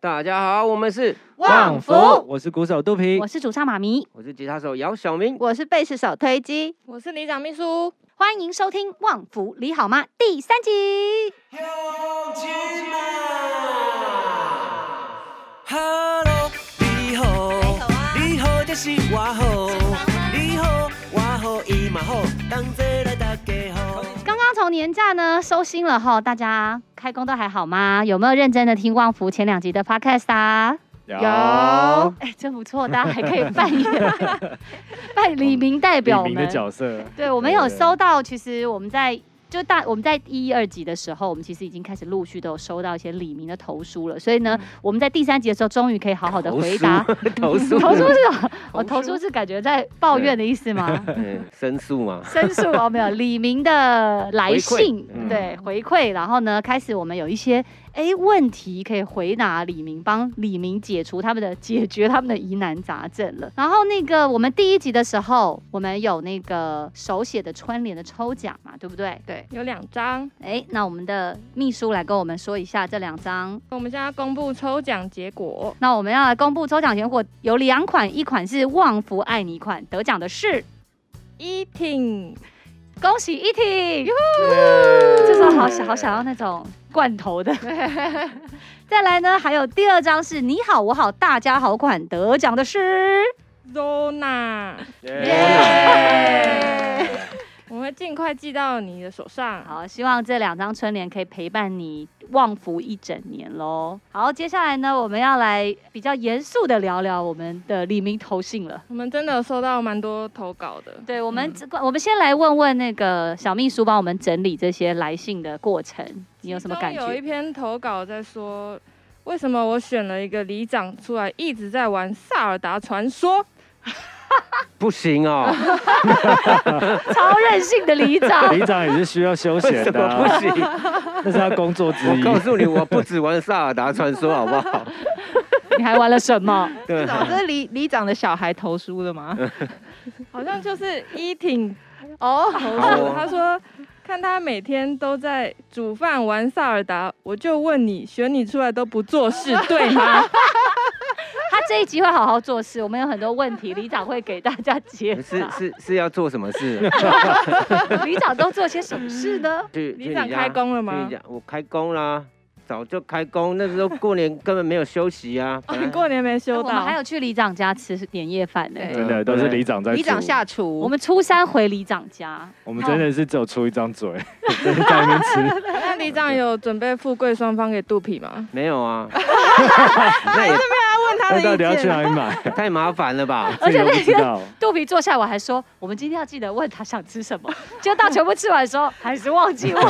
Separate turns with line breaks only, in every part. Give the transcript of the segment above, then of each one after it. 大家好，我们是
旺福
我是鼓手杜平
我，是主唱妈咪，
我是吉他手姚晓明。
我是贝斯手推机，
我是里长秘书，
欢迎收听《旺福你好吗》第三集。
乡亲啊，哈喽，你好，你好，这是我好，你好，我好，伊嘛好，同齐来大家好。
刚刚从年假呢收心了哈，大家开工都还好吗？有没有认真的听旺福前两集的 podcast 啊？
有
哎，真不错，大家还可以扮演 扮李明代表
李明
们
的。角色，
对，我们有
对对
收到，其实我们在。就大我们在一二集的时候，我们其实已经开始陆续都有收到一些李明的投书了，所以呢，我们在第三集的时候，终于可以好好的
投
回
诉
答
投诉，
投诉是什么？我
投
投
诉
诉是感觉在抱怨的意思吗？
嗯，申诉嘛，
申诉哦，没有李明的来信
回馈，嗯
对回馈，然后呢，开始我们有一些哎问题可以回答李明，帮李明解除他们的解决他们的疑难杂症了。然后那个我们第一集的时候，我们有那个手写的春联的抽奖嘛，对不对？
对，有两张。
哎，那我们的秘书来跟我们说一下这两张。
我们现在要公布抽奖结果，
那我们要来公布抽奖结果，有两款，一款是旺福爱你款，得奖的是
一挺
恭喜 E 一挺。这时候好想好想要那种罐头 的。再来呢，还有第二张是你好我好大家好款得奖的是，
Zona，
耶
我会尽快寄到你的手上。，
好，希望这两张春联可以陪伴你旺福一整年喽。好，接下来呢，我们要来比较严肃的聊聊我们的李明投信了。
我们真的有收到蛮多投稿的，
对我们
嗯，
这、我们先来问问那个小秘书帮我们整理这些来信的过程，你有什么感
其中有一
觉？
篇投稿在说，为什么我选了一个里长出来一直在玩萨尔达传说？
不行哦，
超任性的里长，
里长也是需要休
为
闲
什
的
么
啊，
不行？
那是他工作之
我
一。
告诉你，我不止玩萨尔达传说，好不好？
你还玩了什么？
对
这，种这是里里长的小孩投书的吗？
好像就是一挺
哦，
投
好
诉，
哦
他说看他每天都在煮饭玩萨尔达，我就问你，选你出来都不做事，对 吗？
他这一集会好好做事，我们有很多问题，里长会给大家解
是
答。
是是要做什么事？
里长都做些什么事呢？
去
里长开工了吗？
去你家我开工啦，早就开工，那时候过年根本没有休息啊。
哦，
本来
你过年没
我
休
们还
到，
有去里长家吃年夜饭呢、
对
真的都是里长在煮
里长下，厨，
我们初三回里长家，
我们真的是只有出一张嘴，真的在那边吃。
那里长有准备富贵双方给肚皮吗？
没有 啊，那也
问他
那哎到
的
底要
意
去
见。
哪里买？
太麻烦了吧？
而且
这个
那
不知道，
肚皮坐下来，我还说我们今天要记得问他想吃什么，结果到全部吃完的时候还是忘记问。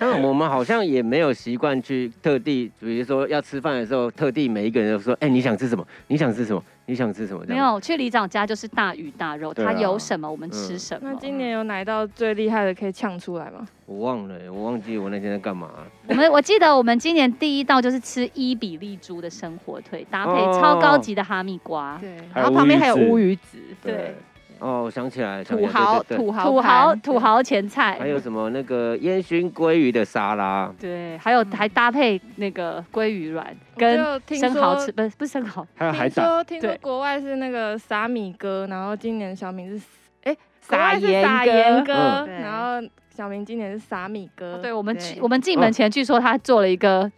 但我们好像也没有习惯去特地，比如说要吃饭的时候，特地每一个人都说：“哎、你想吃什么？你想吃什么？你想吃什么？”这
没
样
有去里长家就是大鱼大肉，
对
他
啊
有什么我们吃什么。
那今年有哪一道最厉害的可以呛出来吗？
我忘了，我忘记我那天在干嘛、
我们我记得我们今年第一道就是吃伊比利猪的生火腿，搭配
哦
超高级的哈密瓜。
对，
还有
然后旁边还有乌
乌
鱼子，
对，
哦，我想起来了，想起
土
来
豪
对对对
土豪
土豪
盘
土，豪前菜，
还有什么那个烟熏鲑鱼的沙拉，
对，还有还搭配那个鲑鱼卵跟
我就
生
听
蚝
说
吃，不是不是生蚝，
还有海
听
胆，
说听说
对
国外是那个撒米哥，然后今年小明是国
撒
外是
盐
撒
哥
盐哥，
嗯
对
然后小明今年是撒米哥。
对我哦们
对
去我们进门前据说他做了一个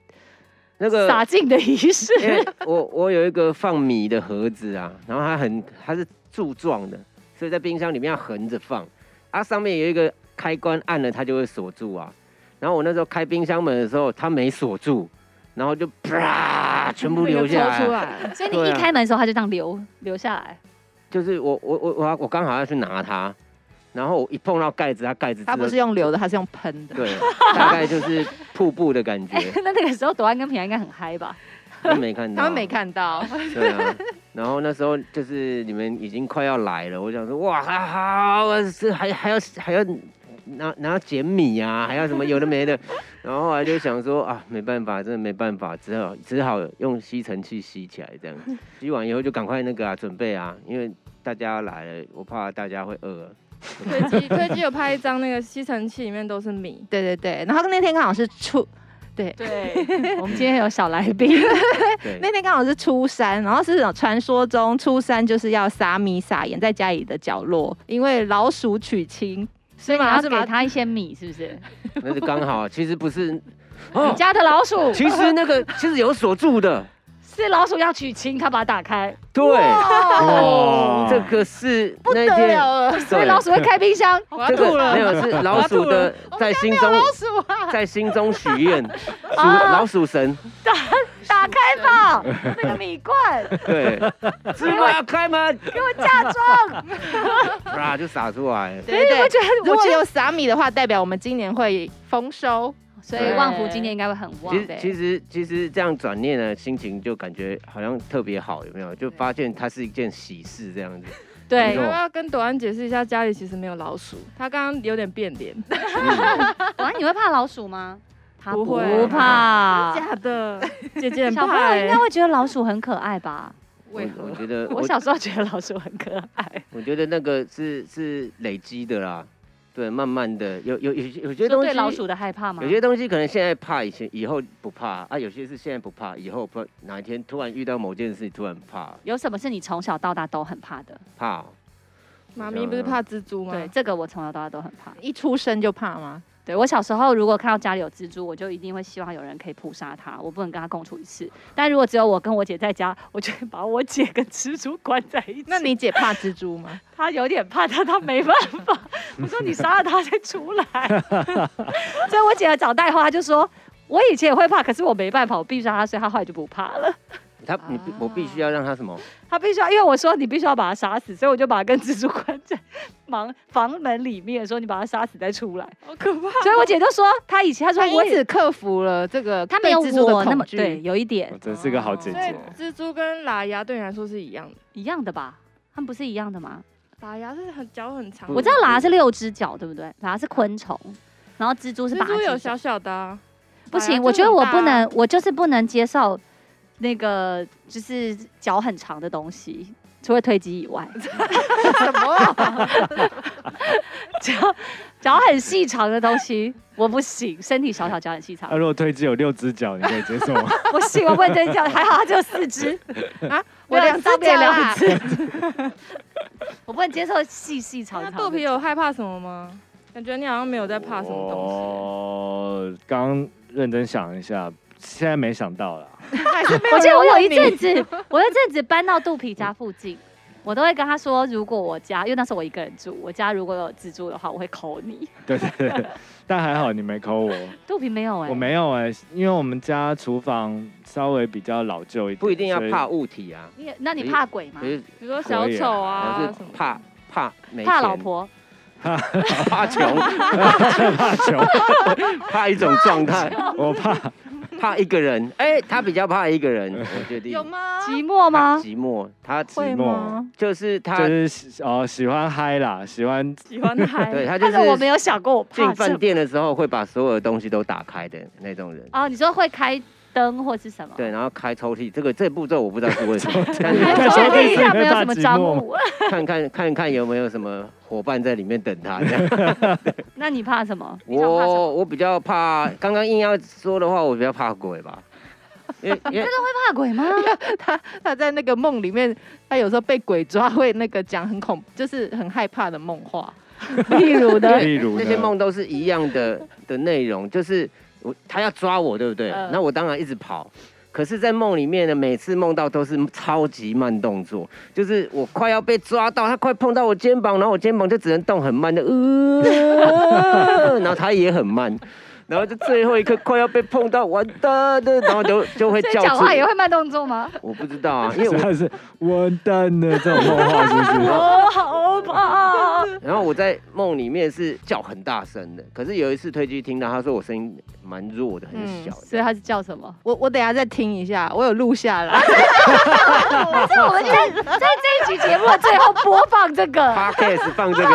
那个
洒净的仪 式，
因为我我有一个放米的盒子啊，然后它很它是柱状的，所以在冰箱里面要横着放，它上面有一个开关按了它就会锁住啊。然后我那时候开冰箱门的时候，它没锁住，然后就啪全部流下
抽出
来。
哎
来，
所以
对
你一
啊
开门的时候他就这样流流下来，
就是我我我我我刚好要去拿它，然后我一碰到盖子，它盖子
他不是
用
用流的，他是用喷的，
对，大概就是瀑布的感
哎
觉，，
那那个时候朵安跟平安应该很嗨 吧？
他没看 到，
他们没看到，
对啊，然后那时候就是你们已经快要来了，我想说哇，还好是还还要还要拿拿减米啊，还要什么有的没的，然后后来就想说啊，没办法，真的没办法，只好只好用吸尘器吸起来，这样吸完以后就赶快那个啊准备啊，因为大家来了，我怕大家会饿。
推机推机有拍一张那个吸尘器里面都是米，
对对对，然后那天刚好是初
对，
对，
我们今天有小来 宾，
对，
那天刚好是初三，然后是传说中初三就是要撒米撒盐在家里的角落，因为老鼠娶亲，
所以你
吗
要
是
给
吗
他一些米，是不是？
那就刚 好，啊其实不是，哦
你家的老鼠
其实那个其实有锁住的，
是老鼠要娶亲，他把它打 开，
对，
哇
这个是
不
那
得
天
了了， 所以
对
老鼠会开冰 箱。
我要
这
吐
个没
了，
有是老鼠的在心中
老鼠啊，
在心中许 愿，鼠
啊
老鼠神，
打开 吧，那个米罐
对，芝麻开门，
给我嫁 妆。
啊就洒出来，
所
对
以
对
我觉得，
如
我
果
觉得，
有撒米的话，代表我们今年会丰收。
所以旺福今年应该会很旺
其。实
对
其实其实这样转念呢，心情就感觉好像特别好，有没有？就发现它是一件喜事这样子。
我
没错
哎要不要跟朵安解释一下，家里其实没有老鼠，她刚刚有点变 脸，
啊，你会怕老鼠吗？他
不会
不怕。
假的，姐姐很
小朋
怕
友应该
欸。
会觉得老鼠很可爱吧？
我我觉得
我
我
小时候觉得老鼠很可爱。
我觉得那个是是累积的啦，对，慢慢的有有有些有些
就
东
对老
西。
鼠的害怕吗
有？些东西可能现在怕，以前以后不怕啊；有些是现在不怕，以后不哪一天突然遇到某件事，突然怕
有什么是你从小到大都很怕的？
怕哦、
妈咪不是怕蜘蛛吗？
对，这个我从小到大都很怕。
一出生就怕吗？
对我小时候，如果看到家里有蜘蛛，我就一定会希望有人可以扑杀它，我不能跟它共处一室。但如果只有我跟我姐在家，我就会把我姐跟蜘蛛关在一起。
那你姐怕蜘蛛吗？
她有点怕，但她没办 法。我说你杀了它再出来。 所以我姐长大以后，她就说。我以前也会怕，可是我没办法，我必须让她，所以她后来就不怕了。
他你必我必须要让他什么？
她必须要，因为我说你必须要把它杀死，所以我就把它跟蜘蛛关在房房门里面，说你把它杀死再 出来。
好可怕！
所以我姐就说，她以前她说
我
我只
只克服了这个
她没有
对蜘蛛的
我那
恐
么
惧
对，，有一点
我真是个好姐
所以
姐。
蜘蛛跟喇牙对你来说是一样的，
一样的吧？他们不是一样的吗？
喇牙是很脚很长的，
不
我知道喇是六只脚，对不对？喇是昆虫，然后蜘蛛是八
蜘蛛有
只
小
脚。
小的啊，
不
喇
行，
牙
我觉得
就
我
很大啊
不能，我就是不能接受那个就是脚很长的东西，除了推机以 外，
什么啊？
脚脚很细长的东西我不行，身体小小脚很细长
呃
那啊，如果推机有六只脚，你可以接受吗？
不行，我不能这样。还好它只有四只，
我两只
上面
脚
两
啦，
只，我不能接受细细长
那
长的。
豆皮有害怕什么吗？感觉你好像没有在怕什么东
哦，刚认真想一下，现在没想到啦。
我记得我有一阵 子，我有一阵子搬到肚皮家附近，我都会跟他说，如果我家，因为那时候我一个人住，我家如果有蜘蛛的话，我会抠你。
对对对，但还好你没抠我，
肚皮没
欸
有哎、
我没有哎、因为我们家厨房稍微比较老旧一点，
不一定要
所以
怕物体啊，
你也，那你怕鬼吗
可？是
西，比如说小丑
我
啊
是
什么。
怕怕没
怕
钱
老，婆，
啊
怕穷，
怕穷，
怕一种状态，
我怕
怕一个人。哎，他比较怕一个人，我决定
有吗？
寂寞
他
吗？
寂寞，他
会
寂寞
吗？
就是他
就，是 喜哦喜欢嗨啦，喜欢
喜欢嗨，
对他就
但是我
是
没有想过我怕
进
什
饭
么。
店的时候会把所有的东西都打开的那种人。
哦，你说会开灯或是什么？
对，然后开抽屉，这个这步骤我不知道是为什么，但
还
是
有
抽
说
屉
地
里
上没
面
有
怕
什么
寂
脏
寞吗
物，
看看看看有没有什么伙伴在里面等他。这样
那你怕什么？你想怕什么？
我我比较怕，刚刚硬要说的话，我比较怕鬼吧，因为因为
怕鬼吗？
他在那个梦里面，他有时候被鬼抓，会那个讲很恐，就是很害怕的梦 话。
例如呢？
例如
那
呢
些梦都是一样的 的内容，就是我他要抓我，对不对？
嗯
那我当然一直跑。可是，在梦里面呢，每次梦到都是超级慢动作，就是我快要被抓到，他快碰到我肩膀，然后我肩膀就只能动很慢的，呃， 然后他也很慢，然后就最后一刻快要被碰到，完蛋的，然后就就会
所以
叫
讲
出
话，也会慢动作吗？
我不知道啊，因为
实
我
在是完蛋了这种梦话是不
哦
是？
我好怕。
然后我在梦里面是叫很大声的，可是有一次推机听到他说我声音蛮弱的，很小的。
所以他是叫什么？
我我等一下再听一下，我有录下来。
那我们在 在这一集节目的最后播放这 个，
Podcast 放这个，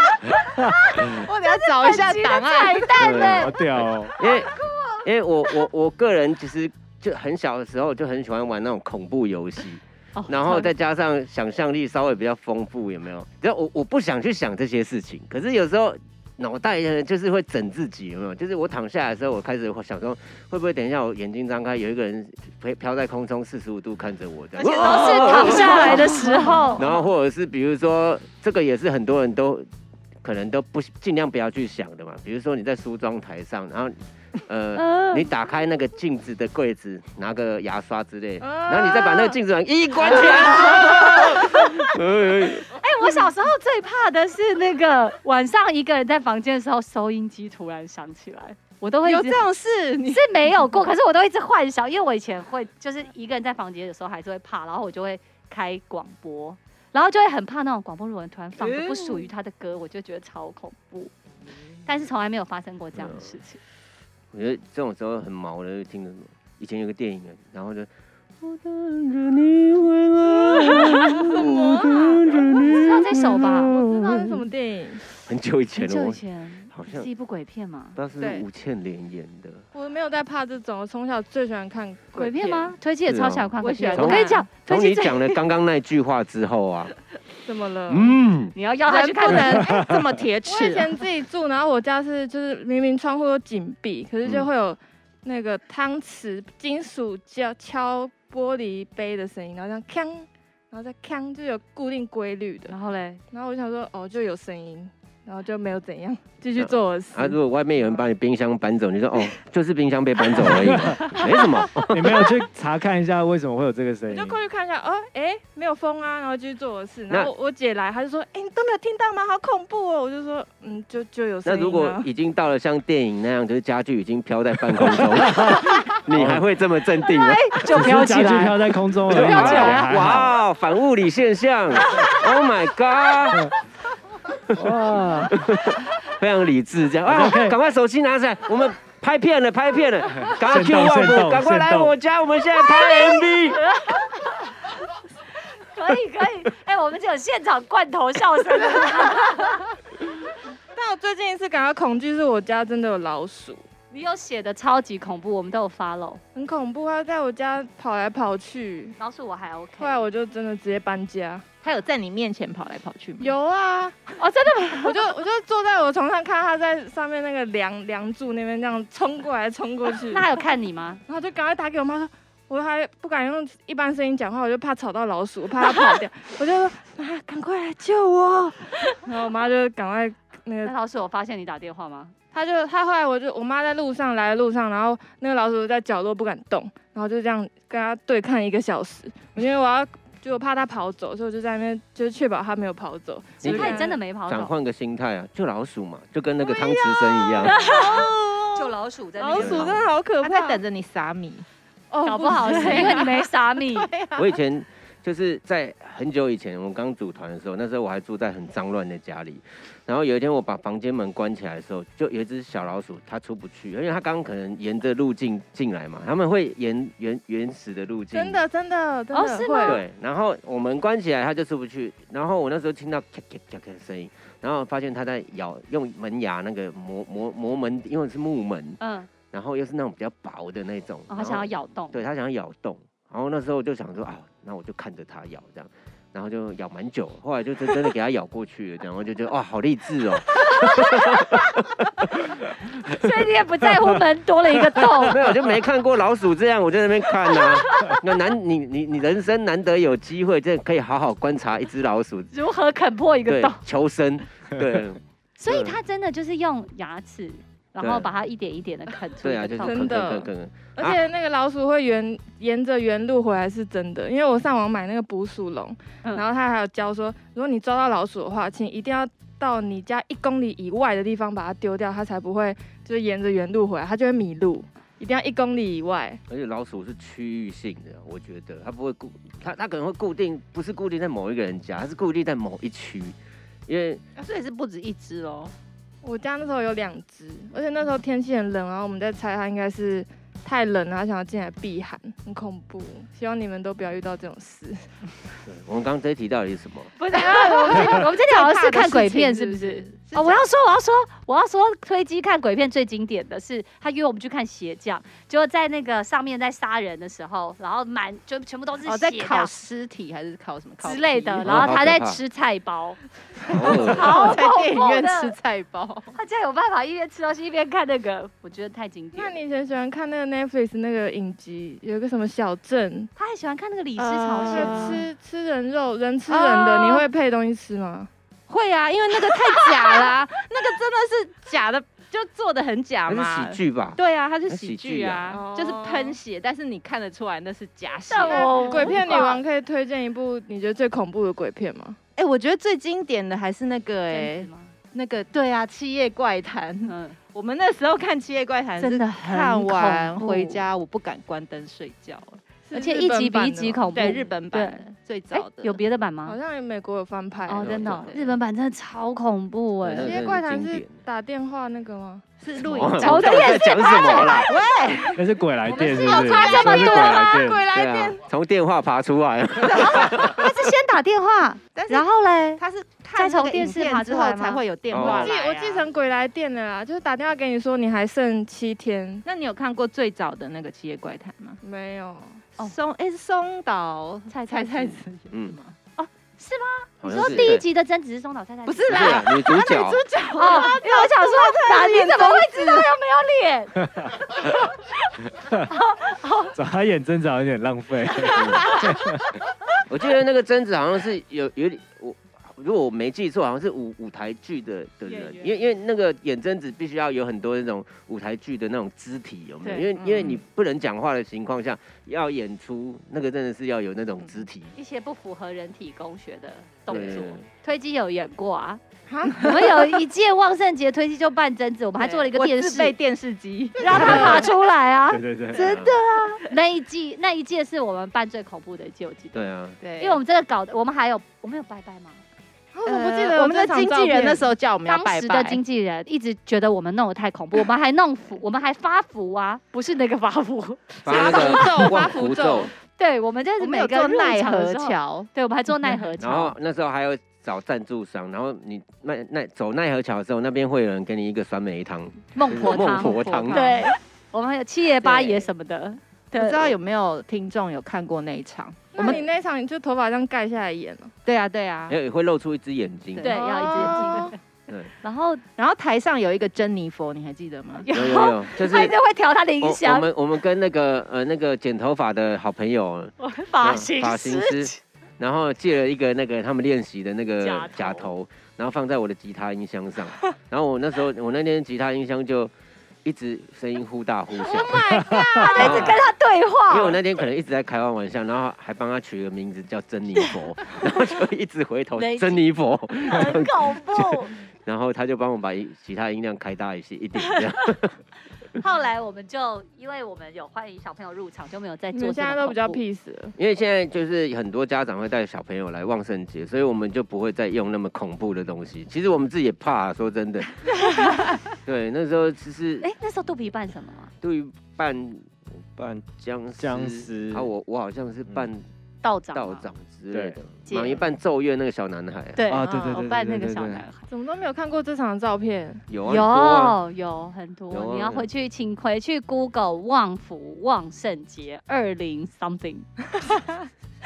我等一下找一下档案
彩。蛋
对
呢
好？屌哦！
因为因为我我我个人其实就很小的时候就很喜欢玩那种恐怖游戏，
哦
然后再加上想象力稍微比较丰富，有没有？只要我我不想去想这些事情，可是有时候脑袋呢就是会整自己，有没有？就是我躺下来的时候，我开始会想说，会不会等一下我眼睛张开，有一个人飘飘在空中四十五度看着我，这样，，
而且都是躺下来的时候
然后或者是比如说，这个也是很多人都可能都不尽量不要去想的嘛。比如说你在梳妆台上，然 后
嗯
呃，你打开那个镜子的柜子，拿个牙刷之类，然后你再把那个镜子门一一关起
啊
来。哎
哎、我小时候最怕的是那个晚上一个人在房间的时候，收音机突然响起来，我都会一
有
直
这种事，你
是没有过，可是我都一直幻想，因为我以前会就是一个人在房间的时候还是会怕，然后我就会开广播，然后就会很怕那种广播如果突然放个不属于他的歌，我就觉得超恐怖。但是从来没有发生过这样的事情。
我觉得这种时候很毛的，就听着以前有个电影，然后就。我等着你回来，我等着你。
知道这首吧
不知道是什么电影，
很久以前
很
了，
久以
我
前
好像
是一部鬼片嘛？
当时
对
吴倩莲演的。
我没有在怕这种，我从小最喜欢看
鬼片？吗？推荐也超喜欢看鬼片。
哦
是
啊我跟你讲，推
从你
荐最
讲了刚刚那句话之后 啊，
怎么了？
嗯，
你要要他去
人
看
不
的
能哎 这么铁
我以
齿。
前自己住，然后我家是就是明明窗户都紧闭，可是就会有那个汤匙金属敲敲玻璃杯的声音，然后这样锵，然后再锵，就有固定规律的。
然后嘞，
然后我想说，哦，就有声音，然后就没有怎样，继续做我的 事。
啊，如果外面有人把你冰箱搬走，你说哦，就是冰箱被搬走而已嘛， 没什么。
你没有去查看一下为什么会有这个声
我
音
就？过去看一下，哦，哎，没有风啊，然后继续做我的事。
那
然后我我姐来，她就说，哎，你都没有听到吗？好恐怖哦！我就说，嗯，就就有声
那
音、啊。
如果已经到了像电影那样，就是家具已经飘在半空中，你还会这么镇定吗？
就飘起
只是家具
来。
飘在空中而已，
对
飘起来
还好
哇，反物理现象！Oh my god！
哇！
非常理智， 这样啊，赶快手机拿起来，我们拍片了，拍片了，赶快 Q
先动
旺
先
博，
动
赶快来
先动
我家，我们现在拍 MV。
可以可以，哎、我们就有现场罐头笑声。
但我最近一次感到恐惧是我家真的有老鼠，
你有写的超级恐怖，我们都有 follow。
很恐怖，它在我家跑来跑去。
老啊鼠我还 OK。
后来我就真的直接搬家。
他有在你面前跑来跑去吗？
有啊，
哦，真的吗？
我就我就坐在我床上看它在上面那个梁梁柱那边这样冲过来冲过 去，
那
然
他有看你吗？
后就赶快打给我妈说。我还不敢用一般声音讲话，我就怕吵到老鼠，我怕它跑掉， 我就说妈，赶快来救我！然后我妈就赶快那个
那老鼠有发现你打电话吗？
他就他后来我就我妈在路上来的路上，然后那个老鼠在角落不敢动，然后就这样跟他对看一个小时，因为我要就我怕它跑走，所以我就在那边就是确保它没有跑走。
所以
你
他也真的没跑
转
走，
换个心态啊，就老鼠嘛，就跟那个汤匙声一样，
就老鼠在
老
那
鼠
边
真
跑。
的好可
他
怕，
在等着你撒米，
哦
搞不好是
行
因为你没撒 米，
我以前就是在很久以前，我们刚组团的时候，那时候我还住在很脏乱的家里。然后有一天我把房间门关起来的时候，就有一只小老鼠，它出不去，因为它刚刚可能沿着路径进来嘛，他们会沿原原始的路径。
真。的真的真的
哦是吗
会
对，然后我门关起来，它就出不去。然后我那时候听到咔咔咔咔的声音，然后发现它在咬，用门牙那个磨磨磨门，因为是木门，
嗯，
然后又是那种比较薄的那种。
哦，
然
他想
后
要咬洞，
对他想要咬洞，然后那时候我就想说啊，那我就看着他咬这样，然后就咬蛮久，后来就真真的给他咬过去了，然后就觉得哇，好励志哦。
所以你也不在乎门多了一个洞。
没有，我就没看过老鼠这样，我就在那边看呐、那难，你你你人生难得有机会，这可以好好观察一只老鼠，
如何啃破一个
对
洞？，
求生，对
所以他真的就是用牙齿，然后
对
把它一点一点的啃出
对
一
啊，
个
就是
洞。
啃啃
真的
啃啃啃，
而且那个老鼠会沿沿着原路回来是真的，因为我上网买那个捕鼠笼，
嗯
然后它还有教说，如果你抓到老鼠的话，请一定要到你家一公里以外的地方把它丢掉，它才不会就是沿着原路回来，它就会迷路。一定要一公里以外，
而且老鼠是区域性的，我觉得它不会固，它它可能会固定，不是固定在某一个人家，它是固定在某一区，因为
啊所以是不止一只哦。
我家那时候有两只，而且那时候天气很冷，然后我们在猜它应该是太冷了，它想要进来避寒，很恐怖。希望你们都不要遇到这种事。
对我们刚刚这一题到底是什么？
不是，我们我们这里好像是看鬼片，是不是？
是
哦，我
讲
要说，我要说，我要说，推机看鬼片最经典的是，他约我们去看鞋匠，结果在那个上面在杀人的时候，然后满就全部都是
哦，在
血这
烤
样
尸体还是烤什么烤
之类的，
皮
然后
好
他
可
在
怕
吃菜包，
好恶心
好
我在电影
恐
院
怖
吃
的
菜包，
他竟然有办法一边吃东西一边看那个，我觉得太经典
那
了。
你以前喜欢看那个 Netflix 那个影集，有一个什么小镇，
他还喜欢看那个李氏朝鲜，
呃
吃吃人肉，人吃人的，
哦
你会配东西吃吗？
会啊，因为那个太假啦、 那个真的是假的，就做的很假
还
嘛。
是喜剧吧？
对啊，它是
它
喜
喜
剧
剧啊
啊，
哦
就是喷血，但是你看得出来那是假血。
但
哎、
我
鬼片女
无法
王可以推荐一部你觉得最恐怖的鬼片吗？
哎我觉得最经典的还是那个哎、
贞子吗
那个对啊，《七夜怪谈》
嗯，
我们那时候看《七夜怪谈》
真的
是
很
看完
恐怖
回家，我不敢关灯睡觉。
是
而且
日
一
本
集比
版
一
的
集
吗，
恐怖，
对，日本版的最
对
早
诶
的
有别的版
好
吗？
像美国有翻拍
哦，真的哦，
对
日本版真的超恐怖哎、
这
对
些怪谈
真的是经
是
典
打电话那个吗？
是录
哇
影
哦我
带
到底在讲什么啦？
那是鬼来电，是不
我
是？
们是有差这么
是鬼来电，
鬼
对
来
啊
电，，
从电话爬出来，
他是先打电话，
但是
然后嘞，
他是
再
看那
从
个
电视
影片
爬
之
出来
后
吗
才会有电话、啊
哦
我记我记。成鬼来电了啦，就是打电话给你说你还剩七天，
那你有看过最早的那个《七夜怪谈》吗？
没有，
哦
松哎、是松岛
菜
菜
菜
菜
子
子演
嗯
的吗？
好
你
像
说
是
第一，集的贞子是松岛菜菜
不
子
是
对
啦，
对啊女主角，
啊
哦，因为我想说，哪你怎么会知道又没有脸？
找他演真长有点浪费。
我记得那个贞子好像是有有点我。如果我没记错，好像是舞舞台剧的的人
演，员
因为因为那个演贞子必须要有很多那种舞台剧的那种肢体，有没有？
对
因为
嗯
因为你不能讲话的情况下，要演出那个真的是要有那种肢体
一些不符合人体工学的嗯动
对
作，推机有演过啊。
哈，
我们有一届万圣节推机就扮贞子，我们还做了一个
我
电
自备
视，
电视机，
让它爬出来啊
对。 对 对，
真的
那一季那一届是我们办最恐怖的一届，我记得，
对啊，
对
因为我们真的搞得，我们还有我们有拜拜吗？
我怎么不记得
呃我们的经纪人那时
候
候叫我们要
当
拜
时的
拜，
经纪人一直觉得我们弄得太恐怖，我们还弄符，我们还发符啊，不是那个发符，
发那个
发符咒
望
发
符
符咒
咒，
对，我们就是
我们
每
有
个
做
入
奈
场的
何
时候，
桥，
对，我们还做奈何
然后
桥，
那时候还有找赞助商，然后你奈奈走奈何桥的时候，那边会有人给你一个酸梅汤，
孟婆
孟
汤，
婆汤，
汤
对，我们还有七爷八爷什么的，
不
对，
知道有没有听众有看过那一场？我
那
们
你那场你就头发这样盖下来演了，
对啊对啊，
也会露出一只眼睛，
嗯对，要一只眼睛，
睛，
然后
然后台上有一个珍妮佛，你还记得吗？
有有 有，就是
他一定会调他的音
我我
响，
们我们跟那个呃那个剪头发的好朋友
我们发
嗯
型
发型
师，
师，然后借了一个那个他们练习的那个
假头
假头，然后放在我的吉他音箱上， 然后我那时候我那天吉他音箱就一直声音忽大忽小，
他就一直跟他对
因为我
话，
那天可能一直在开完玩笑，然后还帮他取个名字叫珍妮 佛，然后就一直回头
没
珍妮佛，
很恐怖。
然后他就帮我把音吉他音量开大一些一点，这样
后来我们就因为我们有欢迎小朋友入场，就没有再
你
做
们
这种恐怖。
现在都比较 peace 了。
因为现在就是很多家长会带小朋友来万圣节，所以我们就不会再用那么恐怖的东西。其实我们自己也怕、说真 的，对，那时候其实
哎、那时候肚皮扮什么啊？
对于扮扮僵尸
僵尸
啊，我我好像是扮
道长、
嗯道。长之类的，
对
马一扮咒怨那个小男孩，
对
啊对对对
我
对
哦扮那
对
个
对
小
对
男孩。
怎么都没有看过这场的照片？
有啊，很多啊
有有很多，
有啊
你要回去，请回去 Google 旺福旺盛节二零 something，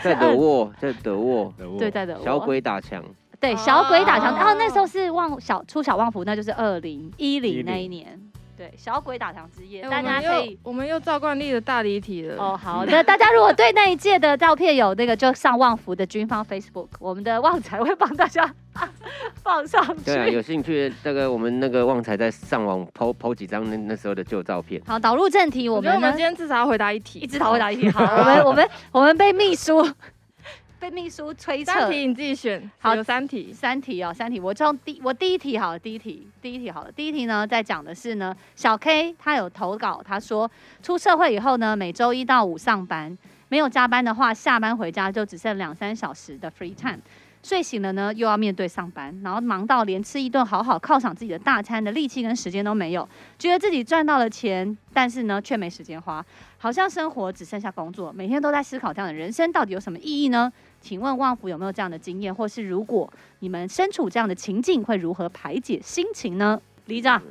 在德 沃，在德沃，
对，在的
哦小鬼打墙，
对小鬼打墙，
哦
然后那时候是旺小出小旺福，那就是二零一零
10
那一年，对小鬼打墙之夜，
哎
大家
我
可
们
以
又我们又照惯例的大离题了。
哦，好的， 大家如果对那一届的照片有那个，就上旺福的军方 Facebook，我们的旺财会帮大家、 放上去。
对啊，有兴趣那个我们那个旺财在上网剖剖几张那那时候的旧照片，
好，导入正题，
我
我
觉得
们
我们
呢
今天至少要回答一
一
题。
直讨回答一题。好，我们我们我们被秘书被秘书 催促。
三题你自己选，
好
有三题。
三题哦，三题，我从第我第一题好了，第一题，第一题好了，第一题呢，在讲的是呢，小 K 他有投稿，他说出社会以后呢，每周一到五上班，没有加班的话，下班回家就只剩两三小时的 free time。睡醒了呢又要面对上班，然后忙到连吃一顿好好犒赏自己的大餐的力气跟时间都没有，觉得自己赚到了钱，但是呢却没时间花，好像生活只剩下工作，每天都在思考这样的人生到底有什么意义呢？请问旺福有没有这样的经验，或是如果你们身处这样的情境，会如何排解心情呢？李长，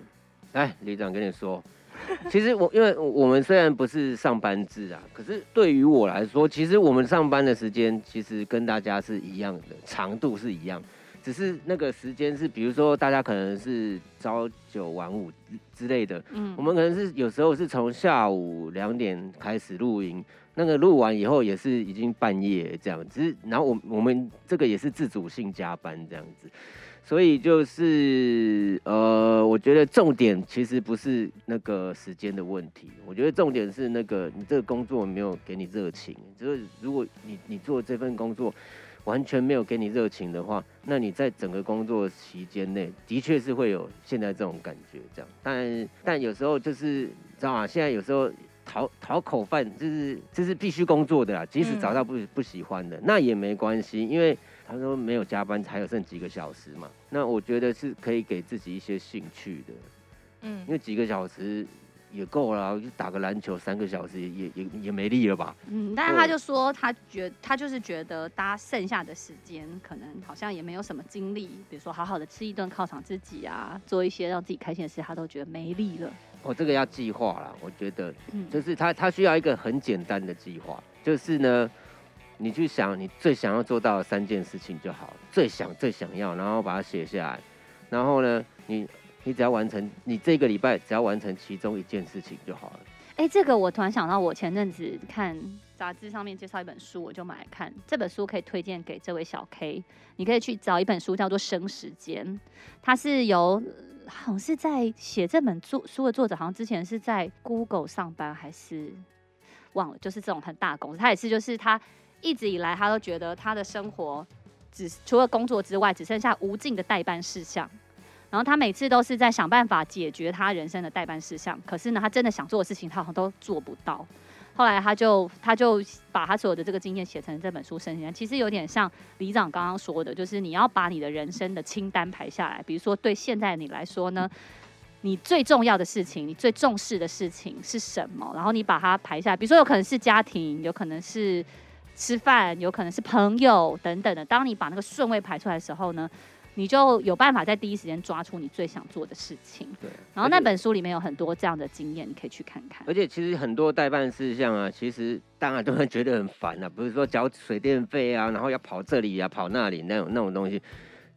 来，哎李长跟你说， 其实我因为我们虽然不是上班制啊，可是对于我来说，其实我们上班的时间其实跟大家是一样的，长度是一样，只是那个时间是，比如说大家可能是朝九晚五之类的，
嗯
我们可能是有时候是从下午两点开始露营，那个录完以后也是已经半夜这样，只是然后我我们这个也是自主性加班这样子，所以就是呃，我觉得重点其实不是那个时间的问题，我觉得重点是那个你这个工作没有给你热情，就是如果你你做这份工作。完全没有给你热情的话，那你在整个工作期间内，的确是会有现在这种感觉这样。但但有时候就是你知道吗？现在有时候讨讨口饭，就是这是必须工作的啦。即使
嗯
找到不不喜欢的，那也没关系，因为他说没有加班，还有剩几个小时嘛。那我觉得是可以给自己一些兴趣的，
嗯
因，为几个小时。也够了啊，就打个篮球三个小时也也也也没力了吧？
嗯，但是他就说他觉他就是觉得大家剩下的时间可能好像也没有什么精力，比如说好好的吃一顿犒赏自己啊，做一些让自己开心的事，他都觉得没力了。
哦，这个要计划啦，我觉得
嗯，
就是他他需要一个很简单的计划，就是呢，你去想你最想要做到的三件事情就好，最想最想要，然后把它写下来，然后呢，你你只要完成你这个礼拜只要完成其中一件事情就好了。
哎、这个我突然想到，我前阵子看杂志上面介绍一本书，我就买来看。这本书可以推荐给这位小 K，你可以去找一本书叫做《生时间》，它是由呃好像是在写这本作书的作者，好像之前是在 Google 上班还是忘了，就是这种很大的公司。他也是，就是他一直以来他都觉得他的生活只除了工作之外，只剩下无尽的代办事项。然后他每次都是在想办法解决他人生的代办事项，可是呢，他真的想做的事情，他好像都做不到。后来他就他就把他所有的这个经验写成这本书《生前》，其实有点像李长刚刚说的，就是你要把你的人生的清单排下来。比如说，对现在的你来说呢，你最重要的事情，你最重视的事情是什么？然后你把它排下来，比如说有可能是家庭，有可能是吃饭，有可能是朋友等等的。当你把那个顺位排出来的时候呢，你就有办法在第一时间抓出你最想做的事情。
对，
然后那本书里面有很多这样的经验，你可以去看看
而。且其实很多代办事项啊，其实大家都会觉得很烦啊，不是说缴水电费啊，然后要跑这里啊，跑那里那种那种东西，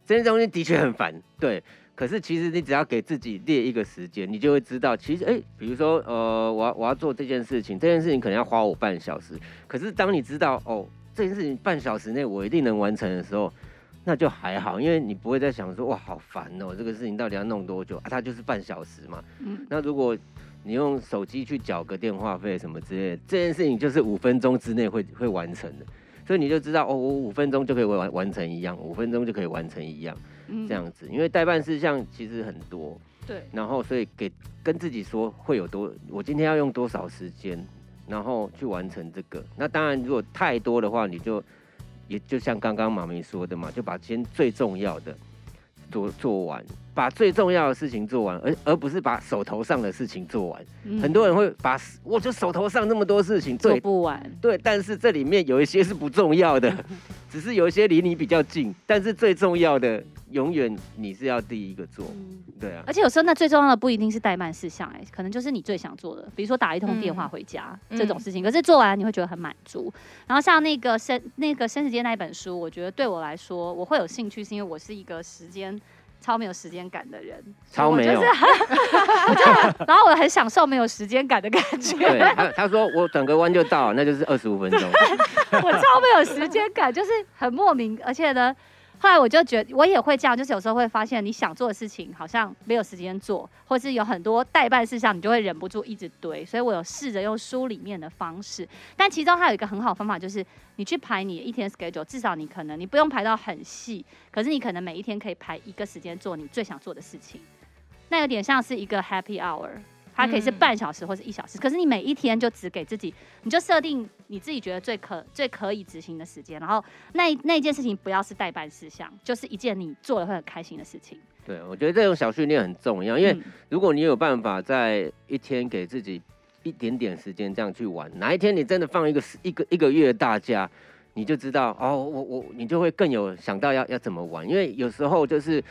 这些东西的确很烦，对。可是其实你只要给自己列一个时间，你就会知道，其实哎、比如说呃，我要我要做这件事情，这件事情可能要花我半小时，可是当你知道哦，这件事情半小时内我一定能完成的时候。那就还好，因为你不会再想说哇好烦哦，这个事情到底要弄多久啊？它就是半小时嘛。
嗯
那如果你用手机去缴个电话费什么之类的，这件事情就是五分钟之内会会完成的，所以你就知道哦，我五分钟就可以完完成一样，五分钟就可以完成一样
嗯
这样子，因为代办事项其实很多，
对，
然后所以给跟自己说会有多，我今天要用多少时间，然后去完成这个。那当然，如果太多的话，你就也就像刚刚妈咪说的嘛，就把今天最重要的做做完，把最重要的事情做完，而而不是把手头上的事情做完。
嗯
很多人会把我就手头上那么多事情，
做
对
不完。
对，但是这里面有一些是不重要 的，只是有一些离你比较近，但是最重要的永远你是要第一个做，
嗯
对啊。
而且有时候那最重要的不一定是怠慢事项，哎，可能就是你最想做的，比如说打一通电话回家、
嗯
这种事情。可是做完你会觉得很满足。然后像那个生那个生死间那一本书，我觉得对我来说我会有兴趣，是因为我是一个时间超没有时间感 的人，
超没有
我就，是我就然后我很享受没有时间感的感
对
觉，
他他说我转个弯就到，那就是二十五分 钟。
我超没有时间感，就是很莫名，而且呢。后来我就觉得，我也会这样，就是有时候会发现你想做的事情好像没有时间做，或是有很多代办事项，你就会忍不住一直堆。所以我有试着用书里面的方式，但其中还有一个很好的方法，就是你去排你一天的 schedule，至少你可能你不用排到很细，可是你可能每一天可以排一个时间做你最想做的事情，那有点像是一个 happy hour。它可以是
嗯
半小时或是一小时。可是你每一天就只给自己，你就设定你自己觉得最可最可以执行的时间，然后那一那一件事情不要是代办事项，就是一件你做了会很开心的事情。
对，我觉得这种小训练很重要，因为
嗯
如果你有办法在一天给自己一点点时间这样去玩，哪一天你真的放一个一个一个月大假，你就知道哦，我我你就会更有想到要要怎么玩，因为有时候就是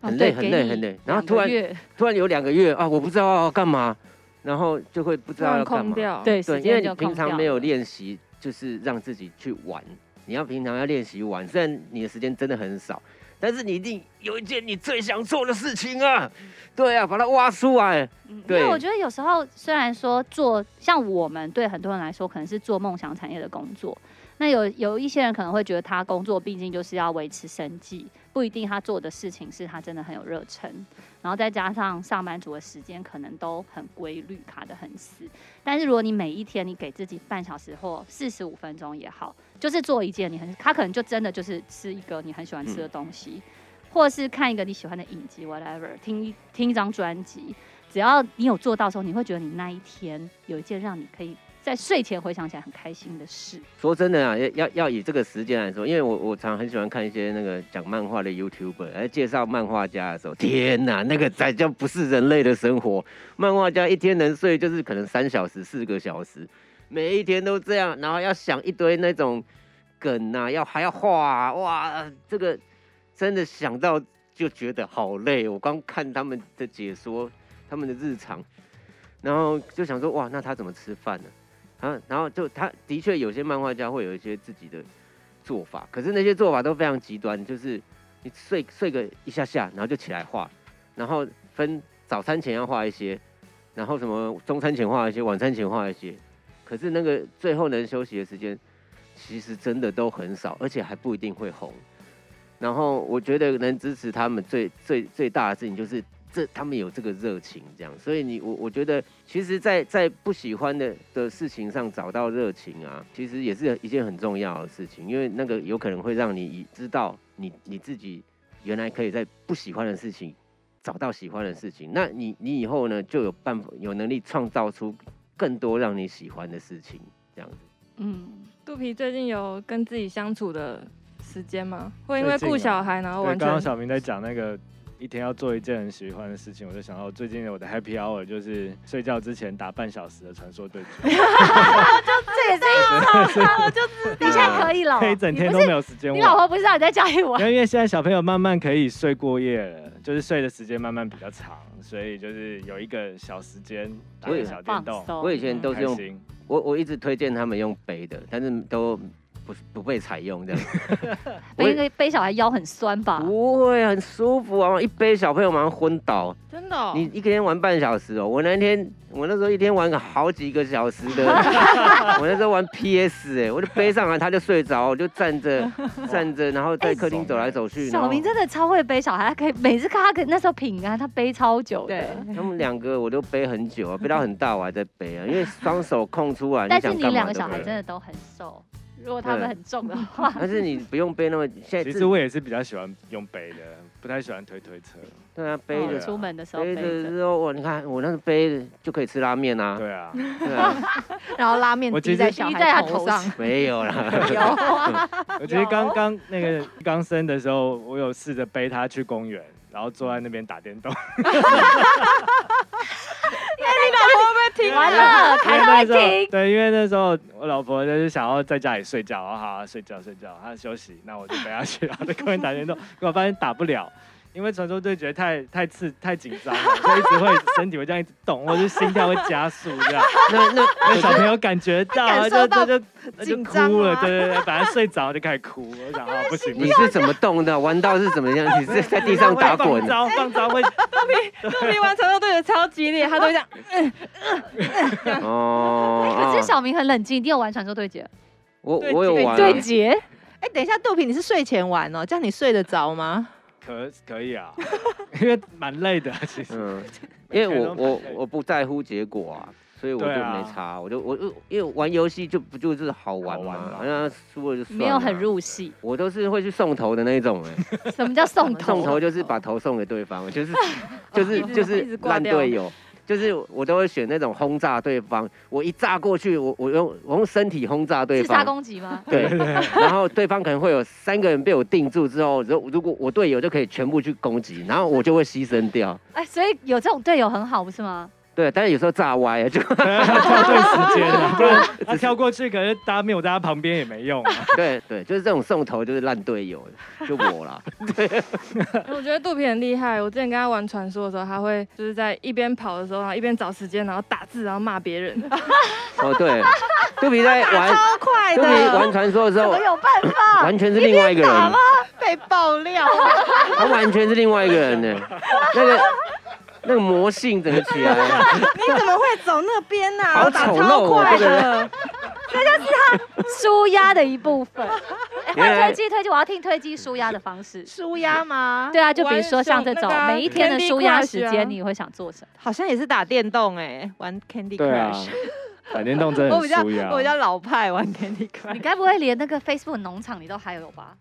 哦
很累
对
很
给
累
你
很累，然后
两
突
个
然
月
突然有两个月啊，我不知道要干嘛，然后就会不知
突
道
然
要干
空
嘛。
掉，，
对，
对时
因为
间
你
就空
平常
掉
没有
了
练习，就是让自己去玩。你要平常要练习玩，虽然你的时间真的很少，但是你一定有一件你最想做的事情啊！对啊，把它挖出来。
嗯因
对
为我觉得有时候虽然说做像我们对很多人来说可能是做梦想产业的工作，那有有一些人可能会觉得他工作毕竟就是要维持生计，不一定他做的事情是他真的很有热忱，然后再加上上班族的时间可能都很规律，卡得很死。但是如果你每一天你给自己半小时或四十五分钟也好，就是做一件你很，他可能就真的就是吃一个你很喜欢吃的东西。或是看一个你喜欢的影集，whatever，听一听一张专辑，只要你有做到的时候，你会觉得你那一天有一件让你可以在睡前回想起来很开心的事。
说真的啊，要要要以这个时间来说，因为我我常很喜欢看一些那个讲漫画的 YouTuber，来介绍漫画家的时候，天哪，那个才叫不是人类的生活。漫画家一天能睡就是可能三小时、四个小时，每一天都这样，然后要想一堆那种梗啊，要还要画啊，哇，这个真的想到就觉得好累。我刚看他们的解说，他们的日常，然后就想说，哇，那他怎么吃饭呢？啊，然后就他的确有些漫画家会有一些自己的做法，可是那些做法都非常极端，就是你睡睡个一下下，然后就起来画，然后分早餐前要画一些，然后什么中餐前画一些，晚餐前画一些，可是那个最后能休息的时间，其实真的都很少，而且还不一定会红。然后我觉得能支持他们最最最大的事情就是这他们有这个热情，这样，所以你我我觉得，其实在，在不喜欢的的事情上找到热情啊，其实也是一件很重要的事情，因为那个有可能会让你知道你你自己原来可以在不喜欢的事情找到喜欢的事情，那你你以后呢就有办法有能力创造出更多让你喜欢的事情，这样子。
嗯，
肚皮最近有跟自己相处的时间吗？会因为
最近啊
顾小孩，
哦
然后
对，
完
刚刚
全
小明在讲那个一天要做一件很喜欢的事情，我就想到最近我的 Happy Hour 就是睡觉之前打半小时的传说对决，
啊这也是一 种，你现在可以了，
可以整天
哦你
都
不是
没有时间
你老婆
玩。
不是让你在家里玩
因？为因为现在小朋友慢慢可以睡过夜了，就是睡的时间慢慢比较长，所以就是有一个小时间打
我
个
也
小电
放
动，
松，
我以前都是
开
用
心。
我我一直推荐他们用背的，但是都不不被采用这样。我
背
也
那个背小孩腰很酸吧？
不会很舒服啊！一背小朋友马上昏倒，啊
真的哦
你一天玩半小时哦，我那天我那时候一天玩个好几个小时 的，我那时候玩 PS 哎、我就背上来他就睡着，我就站 着站着，然后在客厅走来走去。然
哎小
后
明真的超会背小孩，他可以每次看他可以那时候品啊，他背超久
对
的。，
他们两个我都背很久啊，背到很大我还在背啊，因为双手空出来，
但是
想
你
干
两
嘛
个
都
小
可
孩
以
真的都很瘦， 如果他们
对
很重的话，
但是你不用背那么，现在
其
自
实我也是比较喜欢用背的，不太喜欢推推车。
对啊，背
哦
着
出门的时候
背
背
着
着。
之后，我你看我那个背着就可以吃拉面 啊，
对啊，
对啊，
然后拉面
我
滴
其
在
实
小
滴在他
孩
头
头上，
没有 啦，
有啊，
我其实刚刚那个刚生的时候，我有试着背他去公园，然后坐在那边打电动。
完了，
因为
凯特
那
会
时候
听。
对，因为那时候我老婆就是想要在家里睡觉，然后好好睡觉睡觉，她休息，那我就陪她去，然后在公园打电动，结果发现打不了。因为传说对决太太刺太紧张了，所以一直会身体会这样一直动，或者是心跳会加速这样。
那那
那小朋友感觉到啊，
感受
就
到
就就就
紧张
哭了，
啊
对对对，本来睡着就开始哭，我想啊不行不
你
行，
是怎么动的？玩到是怎么样？你是在地 上打滚
放？招放招会
肚皮玩传说对决超激烈，他都会这样，
哦，
哎可
啊
是小明很冷静，你有玩传说对决？
我我有玩啊，
对决？
哎，等一下，豆皮，你是睡前玩哦，这样你睡得着吗？
可可以啊，因为蛮累的其实。
嗯，因为我
每个人都
我
蛮累的
我不在乎结果啊，所以我就
对啊
没差，我就我就因为玩游戏就不就是好玩
好玩
嘛
嘛，
那输了就算了
没有很，入戏。
我都是会去送头的那一种哎，
啊 什么叫送
送
头？
头就是把头送给对方，就是就是
哦一直
就
一
是
直挂
烂
掉
队友。就是我都会选那种轰炸对方，我一炸过去，我我用我用身体轰炸对
自杀
方，
攻击吗？
对，然后对方可能会有三个人被我定住之后，如如果我队友就可以全部去攻击，然后我就会牺牲掉。
哎，所以有这种队友很好，不是吗？
对，但是有时候炸歪啊了就
跳对时间啊了，不 然他跳过去，可是大家没有在他旁边也没用啊。
对对，就是这种送头就是烂队友，就我啦。
我觉得肚皮很厉害。我之前跟他玩传说的时候，他会就是在一边跑的时候，然后一边找时间，然后打字，然后骂别 人。
哦，对，肚皮在玩，
超快
肚皮玩传说的时
怎
候
么，有办法？
完全是另外一个人，
被爆 料，
他完全是另外一个人呢。那个那个魔性整个起来了，
你怎么会走那边
啊
好
呢、
丑陋哦，这个人。
舒压的一部 分。哎
因为
换推机推机，我要听推机舒压的方式。
舒压吗？
对啊，就比如说
玩
像
像
这种
那个啊
每一天的
Candy
舒压
Crush
时
啊
间，你会想做什么？
好像也是打电动哎、玩 Candy
对啊
Crush。，
打电动真的
我
很
比较
舒压。
我比较老派，玩 Candy
你
Crush。
该不会连那个 Facebook 农场你都还有吧？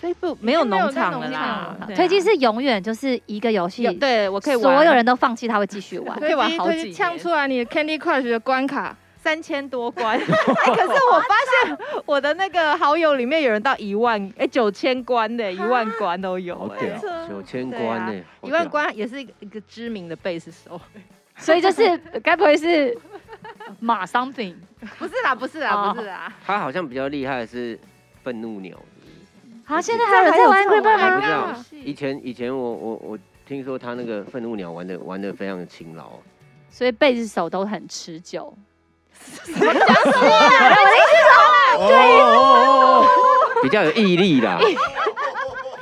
Facebook 没有
没有
农
在
场了
农
啦
场，
对啊
推机是永远就是一个游戏
有，对我可以玩，
所有人都放弃，他会继续玩
可。以玩
推机
好
推
几
机呛
年
出来你的 Candy Crush 的关卡，
三千多 关。哎，可是我发现我的那个好友里面有人到一万，哎九千关的，一万关都有
好
哎
屌。
啊
九千关呢、
一万关也是一个一个知名的贝斯手，
所以就是该不会 是马 something？
不是啦，不是
哦
啦，不是啦，
他好像比较厉害的是愤怒鸟，
好，啊现在还有人在玩 Angry Bird
我不
吗？
知道
啊。
以前以前我我我听说他那个愤怒鸟玩的玩的非常勤劳，
所以贝斯手都很持久。啊
哦，
比较有毅力啦。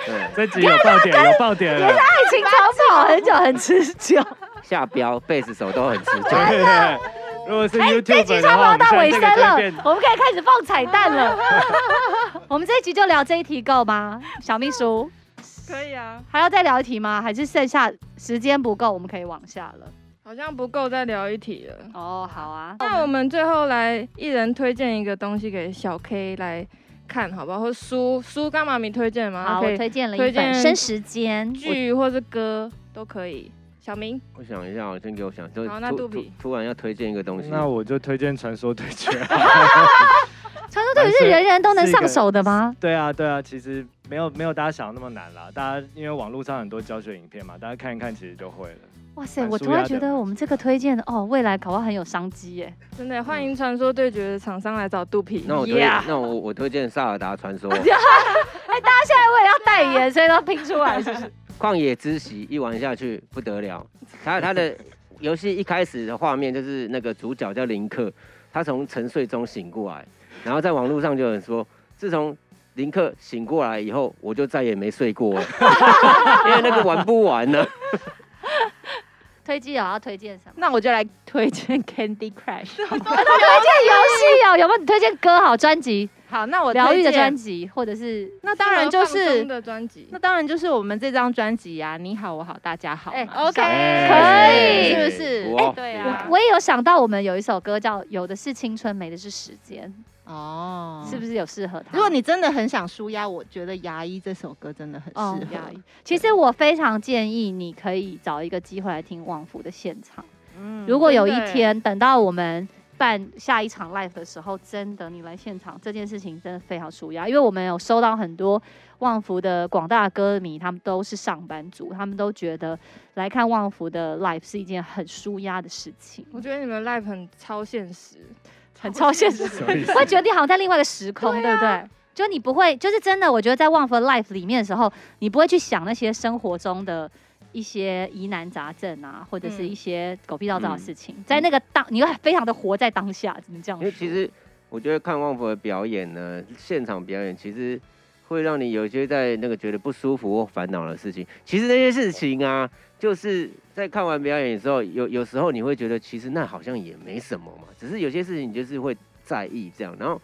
对，
这集有爆点，有爆点了。
爱情长跑很久，很持久。
下标贝斯手都很持久。
对对，如果是
这
YouTube
集
本
差
的
不
话，
多
我们
到尾声
现在这个就
了
会变，
我们可以开始放彩蛋了。我们这一集就聊这一题够吗？小秘书
可以啊，
还要再聊一题吗？还是剩下时间不够，我们可以往下了？
好像不够再聊一题了。
哦，好啊，
那我们最后来一人推荐一个东西给小 K 来看，好不好？或书书干妈咪推荐吗？
好，
可
我
以
推荐了一
推
本
荐
《生时间》，
剧或是歌都可以。小明，
我想一下，我先给我想，就
好那
突突
肚皮
突然要推荐一个东西，
那我就推荐《传说对决》。
传说对于是人人都能上手的吗？
对啊，对啊，其实没有没有大家想的那么难啦。大家因为网络上很多教学影片嘛，大家看一看其实就会了。
哇塞，
蛮
我
舒
突然
压
觉
的
得我们这个推荐哦，未来搞不好很有商机耶。
真的欢迎传说对决的厂商来找肚皮。
那我推
Yeah
那我我推荐《萨尔达传说》《
哎，大家现在为了要代言，所以都拼出来，是不是？
旷野之息》，一玩下去不得了。它它的游戏一开始的画面就是那个主角叫林克，他从沉睡中醒过来，然后在网络上就有人说，自从林克醒过来以后，我就再也没睡过了，因为那个玩不完了。
推机有要推荐什么？
那我就来推荐 Candy Crush。
推荐游戏哦， 有没有？你推荐歌好专辑？
好，那我
疗愈的专
辑，
辑，或者是
那当然就
适合放松
是
的专辑
那。当然就是我们这张专辑呀，《你好，我好，大家好》
哎
嘛。
，OK，
哎
可以
是不是？
哇
哎，对啊，
我也有想到，我们有一首歌叫《有的是青春，没的是时间
哦》，
是不是有适合他？
如果你真的很想舒压，我觉得《牙医》这首歌真的很
哦
适合。
压抑，其实我非常建议你可以找一个机会来听旺福的现场。
嗯
如果有一
真的耶
天等到我们办下一场 live 的时候，真的你来现场这件事情真的非常舒压，因为我们有收到很多旺福的广大歌迷，他们都是上班族，他们都觉得来看旺福的 live 是一件很舒压的事情，
我觉得你们 live 很超现实，
很超现 实，
什 么意思？
会觉得你好像在另外一个时空，
啊
对,、不对？就你不会，就是真的，我觉得在旺福的 life 里面的时候，你不会去想那些生活中的一些疑难杂症啊，或者
嗯
是一些狗屁倒灶的事情，在那个当，你会非常的活在当下，只能这样
因
说。
为其实我觉得看旺福的表演呢，现场表演其实会让你有一些在那个觉得不舒服或烦恼的事情。其实那些事情啊，就是在看完表演的时候，有有时候你会觉得其实那好像也没什么嘛，只是有些事情你就是会在意这样，然后。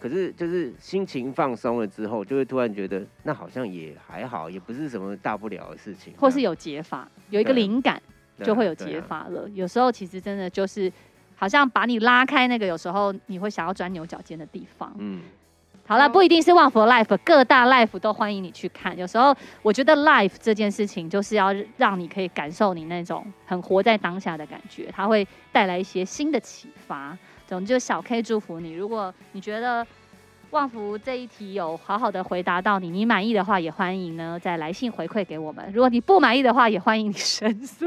可是，就是心情放松了之后，就会突然觉得那好像也还好，也不是什么大不了的事情。
或是有解法，有一个
对
灵感
对啊
就会有
对啊
解法了。有时候其实真的就是，好像把你拉开那个有时候你会想要钻牛角尖的地方，
嗯，
好了，
哦
不一定是旺佛 Life，各大 Life 都欢迎你去看。有时候我觉得 Life 这件事情，就是要让你可以感受你那种很活在当下的感觉，它会带来一些新的启发。总之，就小 K 祝福你。如果你觉得旺福这一题有好好的回答到你，你满意的话，也欢迎呢再来信回馈给我们。如果你不满意的话，也欢迎你申诉。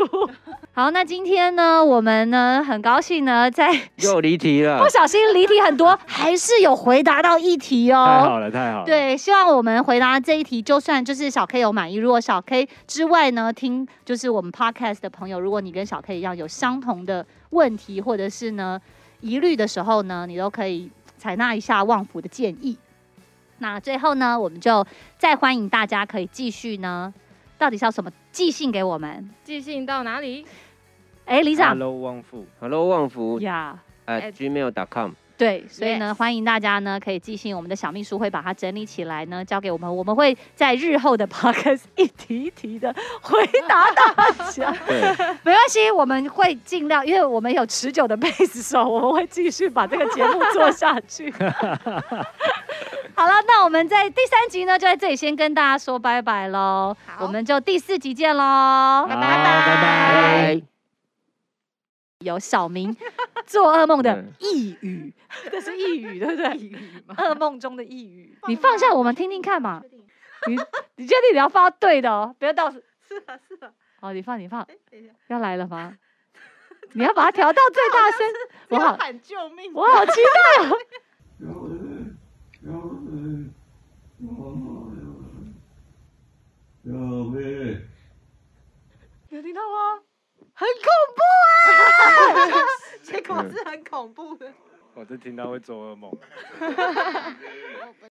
好，那今天呢，我们呢很高兴呢，在
又离题了
不。小心离题很多，还是有回答到一题
哎太
哦。
好了，太好了。，
对，希望我们回答这一题，就算就是小 K 有满意，如果小 K 之外呢，听就是我们 podcast 的朋友，如果你跟小 K 一样有相同的问题或者是呢疑虑的时候呢，你都可以采纳一下旺福的建议。那最后呢，我们就再欢迎大家可以继续呢，到底是要什么寄信给我们？
寄信到哪里？
哎，李长
Hello，旺富，
Hello，旺 福
呀。
at
哎
gmail.com。
对，所以呢，欢迎大家呢可以寄信，我们的小秘书会把它整理起来呢，交给我们，我们会在日后的 podcast 一题一题的回答大家。
对，
没关系，我们会尽量，因为我们有持久的贝斯手，我们会继续把这个节目做下 去。好了，那我们在第三集呢，就在这里先跟大家说拜拜喽，
好
我们就第四集见喽，
好拜拜。
拜。
有小明做噩梦的
嗯
抑郁， 这是抑郁，对不对？噩梦中的抑郁， 你
放
放下
吧
我们听听看嘛。你你确定你要放到对的哦，不要到是
啊是啊，
哦，你放你放，
等一下，
要来了吗？你要把它调到最大声，我 好
喊救
啊
命！
我好期待哦。有听到吗？很恐怖啊！
嗯
我是听到会做噩梦。